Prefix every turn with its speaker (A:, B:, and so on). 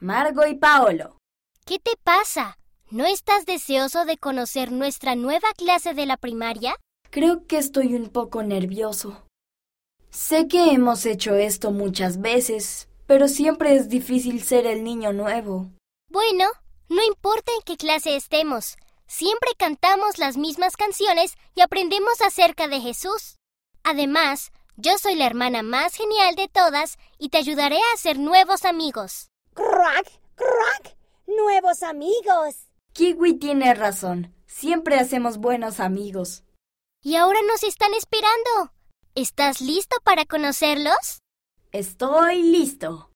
A: Margo y Paolo.
B: ¿Qué te pasa? ¿No estás deseoso de conocer nuestra nueva clase de la primaria?
A: Creo que estoy un poco nervioso. Sé que hemos hecho esto muchas veces, pero siempre es difícil ser el niño nuevo.
B: Bueno, no importa en qué clase estemos, siempre cantamos las mismas canciones y aprendemos acerca de Jesús. Además, yo soy la hermana más genial de todas y te ayudaré a hacer nuevos amigos.
C: ¡Crack! ¡Crack! ¡Nuevos amigos!
A: Kiwi tiene razón. Siempre hacemos buenos amigos.
B: Y ahora nos están esperando. ¿Estás listo para conocerlos?
A: Estoy listo.